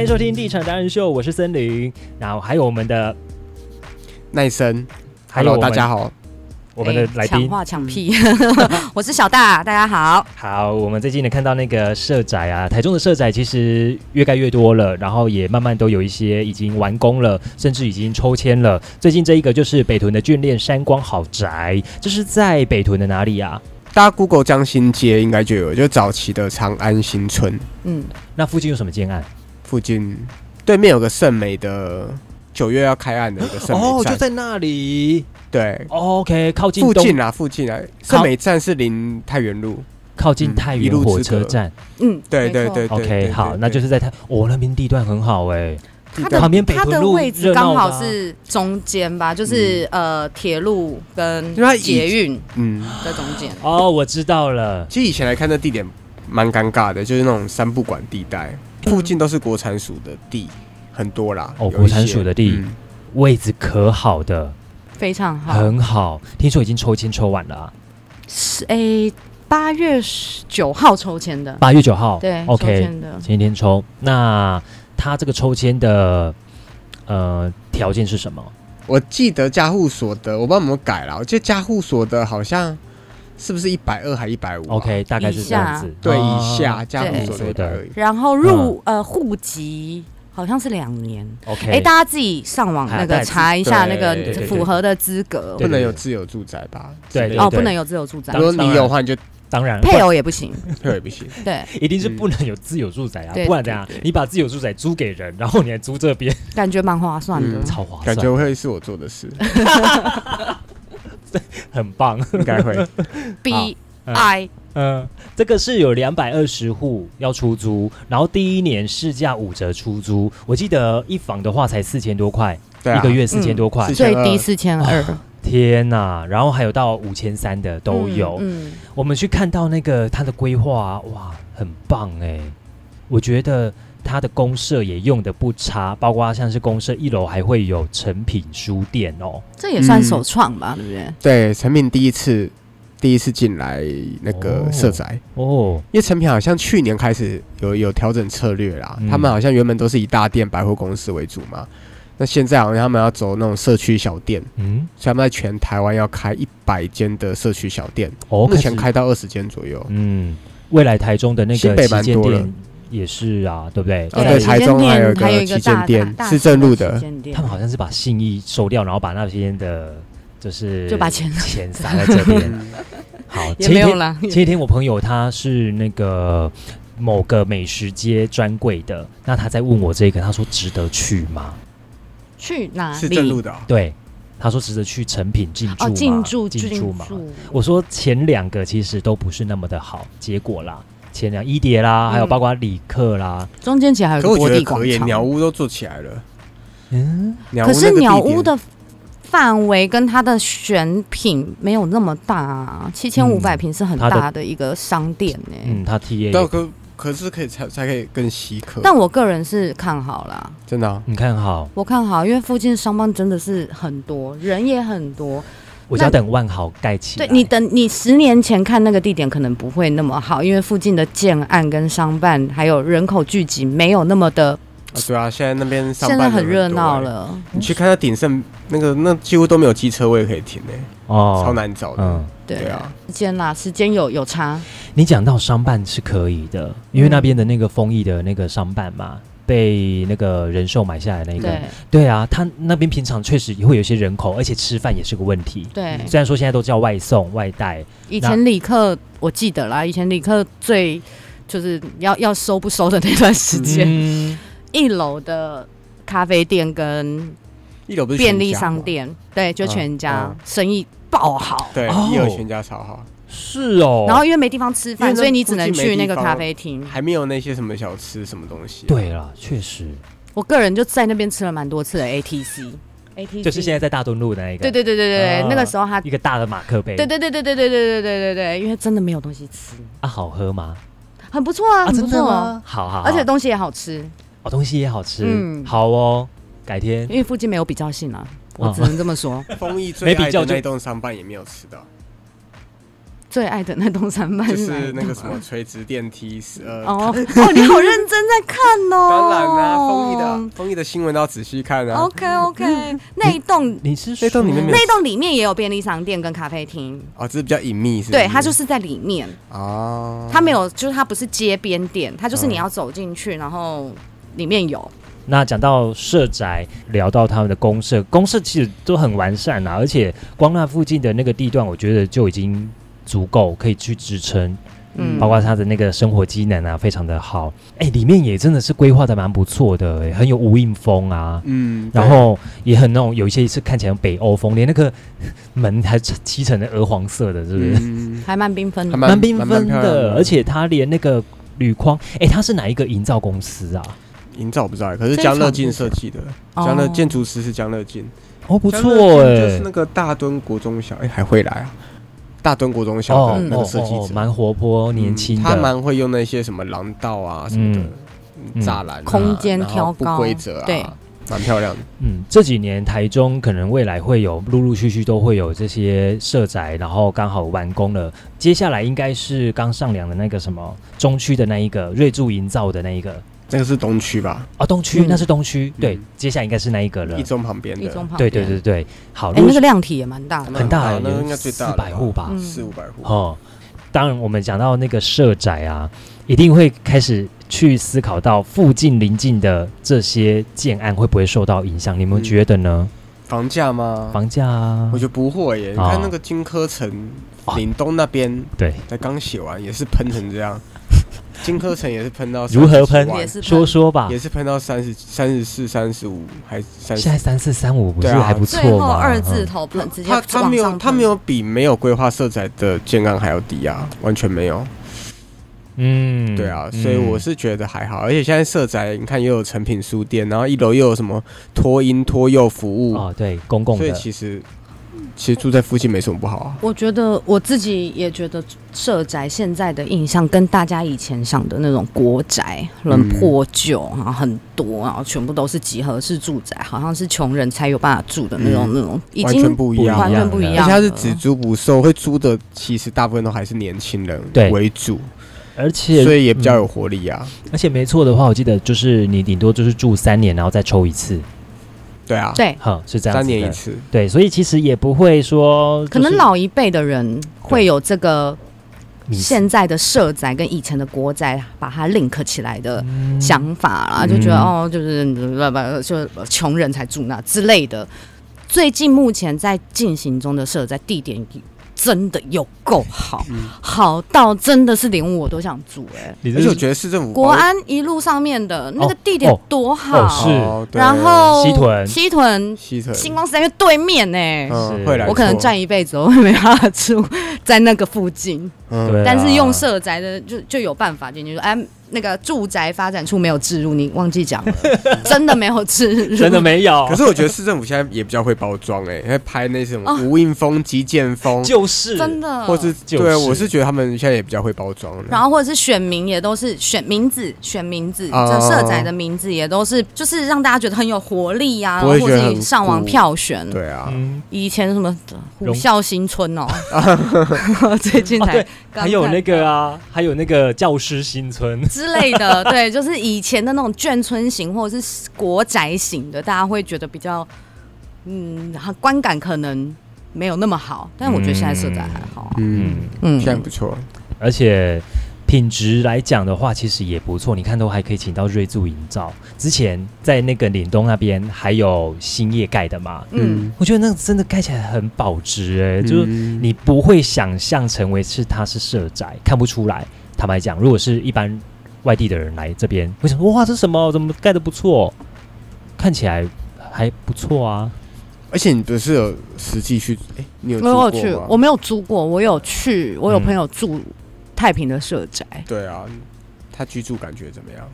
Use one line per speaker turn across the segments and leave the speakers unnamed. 迎收听《地产达人秀》，我是森林，然后还有我们的，
奈森
还有
，Hello，
我
大
们
家好，
我们的
哎
来
抢
宾。嗯
话抢屁， 我是小大，大家好。
好，我们最近呢看到那个社宅啊，台中的社宅其实越盖越多了，然后也慢慢都有一些已经完工了，甚至已经抽签了。最近这一个就是北屯的眷恋山光豪宅，这是在北屯的哪里啊？
大家 Google 江新街应该就有，就早期的长安新村
嗯，
那附近有什么建案？
附近对面有个圣美的，九月要开案的一个圣
哦
美站，
哦在那里。
对，
OK，靠近
附
东
近啊，附近啊，圣美站是临太原路，
靠近
嗯
太
一
原
路之
火车
隔
站。
嗯，
对
没
对
错
对对
OK，好，那就是是在太，哦，那边地段很好哎、
它
旁边北
它
屯
的
路
位置
热闹
刚
的啊
好是中间吧，就是呃铁路跟
因为它以
捷运
嗯，
的中间。
哦，我知道了。
其实以前来看这地点蛮尴尬的，就是那种三不管地带，附近都是国产署的地，很多啦，
哦
有一些
国产署的地
嗯
位置可好的，
非常好。
很好。听说已经抽签抽完了、啊，
是诶，八月九号抽签的，
八月九号。
对抽
，OK，
签的。
前一天抽。那他这个抽签的呃条件是什么？
我记得家户所得，我不知道有没有改啦。我记得家户所得好像是不是一百二还一百五啊
哦
OK，大概是这样子。
对，
哦
以下家户
对
所得一百二。
然后入呃户籍好像是两年，
嗯 OK，
哎，大家自己上网
哎
那
大家
个查一下
对
那
对
个
对对
符合的资格
对
不能有自有住宅吧？
对
之类的
哦，
对
不能有自由住宅
当，
如果你有的话，你就
当然
配偶也不行，
退不行。
对，
一定是不能有自有住宅啊，
对
不然怎样？你把自有住宅租给人，然后你还租这边，
感觉蛮划算的
嗯。
超划
感觉
算，
会是我做的事，
很棒。
应该 会。
B
嗯
I
嗯，这个是有两百二十户要出租，然后第一年市价五折出租，我记得一房的话才四千多块，
对啊
一个月四千多块，
是
最低四千二
啊
天呐！然后还有到五千三的都有，
嗯，嗯
我们去看到那个它的规划、啊，哇，很棒哎、我觉得它的公社也用的不差，包括像是公社一楼还会有成品书店哦，
这也算首创吧，对不对？
对，成品第一次第一次进来那个社宅，
哦，
因为成品好像去年开始有有调整策略啦，
嗯
他们好像原本都是以大店百货公司为主嘛，那现在好像他们要走那种社区小店，
嗯，
所以他们在全台湾要开一百间的社区小店，
哦，
目前
始
开到二十间左右。
嗯，未来台中的那
新
个
北
旗
蛮
舰
多
店
了
也是啊，对不对？
啊
在
对
旗
台中
舰
还有一
店
个
还有一个
旗舰
大
店
大大
市政路的
旗舰店
他们好像是把信义收掉，然后把那边的，就是
就把钱
钱撒在这 边。好，
也
前一
没有
天
啦，
前一天我朋友他是那个某个美食街专柜的，那他在问我这个，他说值得去吗？
去哪
是正路
里？
的、哦，
对，他说值得去成品进驻
哦，
吗？
进驻
进驻吗？
驻
我说前两个其实都不是那么的好，结果啦，前两一叠啦，还有
嗯
包括李克啦，
中间其实还有
可
个
我觉
国
得
际广
可以，鸟
场。
屋都做起来了。
嗯，
鸟屋
可
那
是
个地
鸟屋
点
的范围跟它的选品没有那么大啊，七千五百平是很
它的
大的一个商店呢、
嗯，他 T A，
对啊，可可是可以才才可以更稀客，
但我个人是看好啦，
真的、啊，
你看好，
我看好，因为附近商办真的是很多，人也很多，
我就要等万豪盖起来。
对你等你十年前看那个地点可能不会那么好，因为附近的建案跟商办还有人口聚集没有那么的，
啊对啊，现在那边上
现
班的
在很
人
热
多
闹
欸。
了。
你去看它鼎盛那个，那几乎都没有机车位可以停诶、
哦
超难找的。
嗯，
对啊，
时间啦，时间有有差，
你讲到商办是可以的，因为
嗯
那边的那个丰益的那个商办嘛，被那个人寿买下来那个，
对
对啊，他那边平常确实会有一些人口，而且吃饭也是个问题。
对。
嗯
虽然说现在都叫外送外带，
以前理科我记得啦，以前理科最就是要要收不收的那段时间，
嗯，
一楼的咖啡店跟
一楼不是全
便利
家
商
吗，
店，对，就
嗯
全家、
嗯
生意爆好。
对，
哦
一楼全家超好，
是哦。
然后因为没地方吃
因为
饭，
那
所以你只能
附近没
去那个
地方
咖啡厅。
还没有那些什么小吃什么东西、，
对了，确实
我个人就在那边吃了蛮多次的 ATC。ATC
就是现在
在。
在大墩路的那一个，
对对对对对，
啊
那个时候他。
一个大的马克杯，
对对对对对对对对对对对，因为真的没有东西吃，
啊，好喝吗？
很不错啊，很不错、啊，？
好好，好
而且东西也好吃，
哦，东西也好吃，
嗯
好哦，改天
因为附近没有比较性啊，我
哦
只能这么说。
丰益最
没
爱
比较
的
就
那栋商办也没有吃到，
最爱的那栋山 脉
就是那个什么垂直电梯呃，
哦哦，你好认真在看哦。
当然啦、丰益的丰益的新闻都要仔细看啊。
OK OK，那一栋
你是
那栋里面没有
那一栋里面也有便利商店跟咖啡厅，
哦，这是比较隐秘，是不是？
对，它就是在里面，
哦，
它没有，就是它不是街边店，它就是你要走进去，然后里面有。
那讲到社宅，聊到他们的公社，公社其实都很完善啦、而且光那附近的那个地段，我觉得就已经足够可以去支撑，
嗯
包括它的那个生活机能啊，非常的好。哎、里面也真的是规划的蛮不错的、哎很有无印风啊。
嗯，对
然后也很那种，有一些是看起来很北欧风，连那个门还漆成了鹅黄色的，是不是？
嗯
还蛮缤纷
还
的。
蛮
蛮缤纷
蛮漂亮
的，
的，
而且它连那个铝框，哎、它是哪一个营造公司啊？
营造我不知道，可是
这一
江乐
场
进
不
设
是
计的，
哦
江乐建筑师是江乐进，
哦，不
不
错哎、
就是那个大墩国中小，哎、还会来啊，大墩国中小的
哦
嗯
那个设计
哦哦哦
者，
蛮活泼、
嗯
年轻的，
他蛮会用那些什么廊道啊什么的
嗯，
嗯栅栏啊、
空间
然后
挑
不
高
规则啊，
对，
蛮漂亮的。
嗯，这几年台中可能未来会有陆陆续续都会有这些社宅，然后刚好完工了。接下来应该是刚上梁的那个什么中区的那一个瑞筑营造的那一个
这个是东区吧，
哦，东区、
嗯
那是东区，对
嗯，
接下来应该是那一个了
一。中旁边
一
的，
中旁
对
边
对对，对，好，
哎，
陆
那
续
个量体也蛮大的，
很大
那应该
有
最
四
大的吧
百户吧，
嗯
四五百户。
哦，当然，我们讲到那个社宅啊，一定会开始去思考到附近邻近的这些建案会不会受到影响，你们
嗯
觉得呢？
房价吗？
房价啊
我，觉得不会耶，你
哦
看那个金科城
哦
岭东那边，
对，
才刚写完也是喷成这 样，金科城也是喷到
如何
30
喷啊
几万
也是
说说吧
啊也。是喷到三十三十四、三十五，还三
现
十。
在三四三五不是
对啊
还不错
最后
吗？
二字
嗯
头喷直接
他他没
往
有
上
他
喷
没有比没有规划色彩的建案还要低啊，完全没有。
嗯
对啊，所以我是觉得还好，而且现在色彩你看也有成品书店，然后一楼又有什么托婴托幼服务，
哦，对，公共
所以
的
其实其实住在附近没什么不好啊。
我觉得我自己也觉得社宅现在的印象跟大家以前想的那种国宅、轮破旧，然后很多，然后全部都是集合式住宅，好像是穷人才有办法住的那种、
嗯
那种，已
完
经
全不一样
完全不一
而
样
且它
了。
是只租不售，会租的其实大部分都还是年轻人
对嗯
为主，
而且
所以也比较有活力啊。
而且没错的话，我记得就是你顶多就是住三年，然后再抽一次，
对啊，
对，
哈，是这样
三
子
年一
的
次，
对，所以其实也不会说
可
就是
能老一辈的人会有这个
迷思
现在的社宅跟以前的国宅把它 link 起来的
嗯
想法啦，就觉得、
嗯
哦，就是不不就穷人才住那之类的。最近目前在进行中的社宅地点真的有够好，
嗯
好到真的是连我都想住哎、
你
而且我
是
觉得市政府
国安一路上面的那个地点
哦
多好，
哦是
哦对
然后
西屯
西屯
西城
星光三月对面哎呢、
是
嗯会来，
我可能站一辈子我也没办法住在那个附近，
嗯
对啊
但是用社宅的就就有办法进去说，哎，那个住宅发展处没有置入，你忘记讲了， 真的没有置入，
真的没有，
可是我觉得市政府现在也比较会包装哎、欸，会拍那什么
哦
无印风、极简风，
就是
真的，
或是
就是
对，我是觉得他们现在也比较会包装了。
然后或者是选民也都是选名字，选名字，
啊
哦
这社宅的名字也都是，就是让大家觉得很有活力呀、
不
或
会
者
觉得
是
很
你上网
酷
票选。
对啊，
嗯，
以前什么虎
容
啸新 村哦， 最近
啊
才
对，
刚
还有
看
那
到
个啊，还有那个教师新村，
之类的， 对，就是以前的那种眷村型或者是国宅型的，大家会觉得比较，嗯，观感可能没有那么好，但我觉得现在社宅还好，
嗯，
嗯，
嗯，
现在不错，
而且品质来讲的话，其实也不错。你看，都还可以请到瑞筑营造，之前在那个岭东那边还有新叶盖的嘛，
嗯，
我觉得那个真的盖起来很保值哎、
嗯，
就是
你
你不会想象成为是它是社宅，看不出来。坦白讲，如果是一般外地的人来这边，会想哇，这什么怎么盖的不错，看起来还不错啊。
而且你不是有实际去，哎、你有
我有
住过
去
吗，
我没有租过，我有去，我有
嗯
朋友住太平的社宅，
对啊，
嗯
他居住感觉怎么样？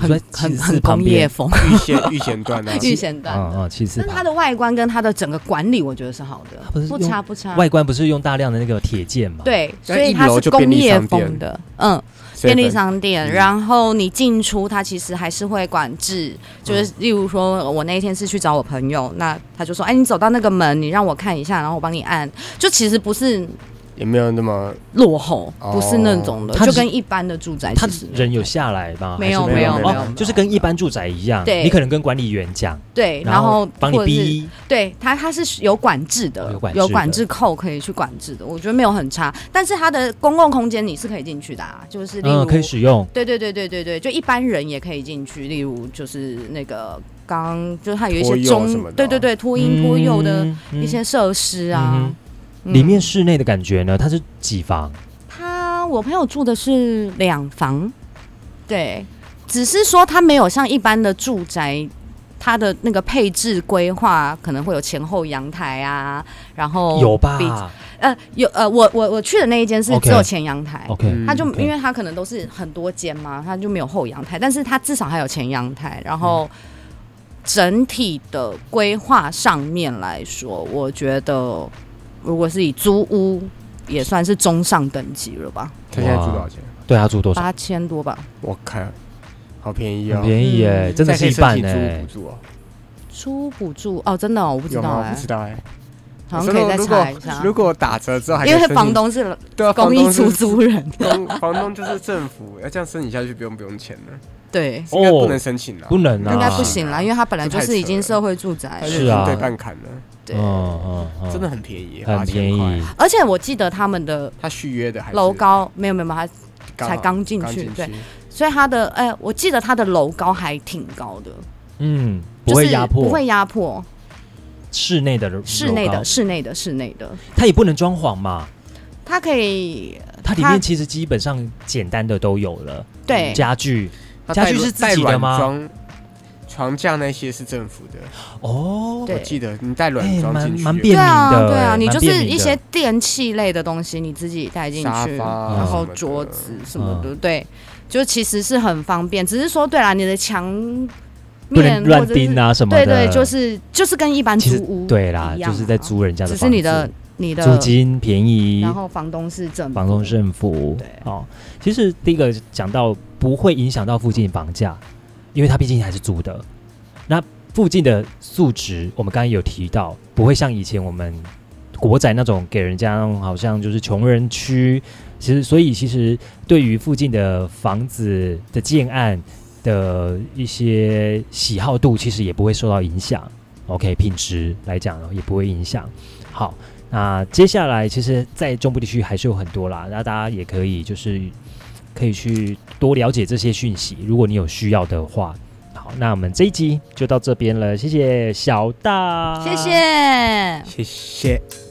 所
很
以其
很
实
很
旁
工业
边
风，
御 贤御贤段啊，
御贤段
嗯
的。
嗯，其实
但是它的外观跟它的整个管理，我觉得是好的，
不是
不
用
差不差。
外观不是用大量的那个铁件嘛？，
对，
但
所以
一
它
楼
是
就
工
便利
业
商店
风的，嗯，
所以
便利商店，
嗯
然后你进出它其实还是会管制，
嗯
就是例如说，我那一天是去找我朋友，那他就说，哎，你走到那个门，你让我看一下，然后我帮你按，就其实不是
也没有那么
落后，
哦
不是那种的，
它
就是跟一般的住宅
他
其实没
人有
太
下来吗？
没有
还是没有
没
没有
哦
有，
就是跟一般住宅一样，
对
你可能跟管理员讲，
对，然
然
后
帮你
或者是
逼，
对它，它是有管制的，
哦有管制的
有管制扣可以去管制的，我觉得没有很差。但是它的公共空间你是可以进去的、啊，就是例如、
嗯，可以使用。
对对对对对对，就一般人也可以进去，例如就是那个刚就是它有一
托
些
幼什么的
中
啊
对对对脱音脱幼的
嗯
一些设施啊
嗯，
嗯
里面室内的感觉呢？它是几房？
他我朋友住的是两房，对，只是说他没有像一般的住宅，它的那个配置规划可能会有前后阳台啊，然后
有
比
吧
呃有呃我我我去的那一间是
OK 哦
只有前阳台。
？OK，
嗯
他就
OK
因为他可能都是很多间嘛，他就没有后阳台，但是他至少还有前阳台。然后整体的规划上面来说，我觉得如果是以租屋，也算是中上等级了吧，
他现在租多少钱？
对啊，住多少？
八千多吧。
我看好便宜
很
哦，
便宜耶，
嗯
真的是一半
那可以申请
哎
租补。助哦，
出补助哦，真的、哦、我不知
有
道
吗？
哎、
我不知道哎，
好像可以再
我说
查
如
一
果
下。
如果打折之后还可以
因为
申请
房东是
对啊，
公
房
益
东
出
是
租人，
房房东就是政府，要这样申请下去不用不用钱了，
对，
应该不能申请了，
不能啊，
应该不行啦，因为他本来就是已经社会住宅
它
了，
就已
是
经
啊
对半砍了，
对。
嗯嗯，
真的很便宜，
很便
8000块
宜。。
而且我记得他们的
他续约的还是
楼高没有没有没有，他
好
才刚进
刚
去，
进
对
去，，
所以他的哎、我记得他的楼高还挺高的，
嗯，不
就是
会压迫，
不会压迫，
室内的
室内
楼
的
高，
室内的室内的，
它也不能装潢嘛。
它可以
它里
它
面其实基本上简单的都有了，
对
家具
它
家具
带
是自己的
带软
吗
装床架那些是政府的，
哦，
对
我记得你带软
哎
装
蛮
进去，
蛮
对
便
啊
民的
对啊，
哎
你
蛮
就是
便民
一
的
些电器类的东西你自己带进
沙
去，
发啊
然
什
后
么的
桌子什么
嗯
的，对，就其实是很方便，只是说对啦，你的墙
不能
面
乱
或者
钉
是
啊什么的。
对对，就是就是跟一般
其
租
实
屋
对啦，
一样
就是在
啊，
租人家的
只
房子，
是你的你的
租金便宜，
然后房东是政府
房东政府。
对
哦，其实第一个讲到不会影响到附近房价，因为它毕竟还是租的。那附近的素质，我们刚刚有提到，不会像以前我们国宅那种给人家那种好像就是穷人区。其实，所以其实对于附近的房子的建案的一些喜好度，其实也不会受到影响。OK，品质来讲哦呢，也不会影响。好，那接下来其实，在中部地区还是有很多啦，那大家也可以就是可以去多了解这些讯息，如果你有需要的话。好，那我们这一集就到这边了，谢谢小大，
谢谢。
谢谢。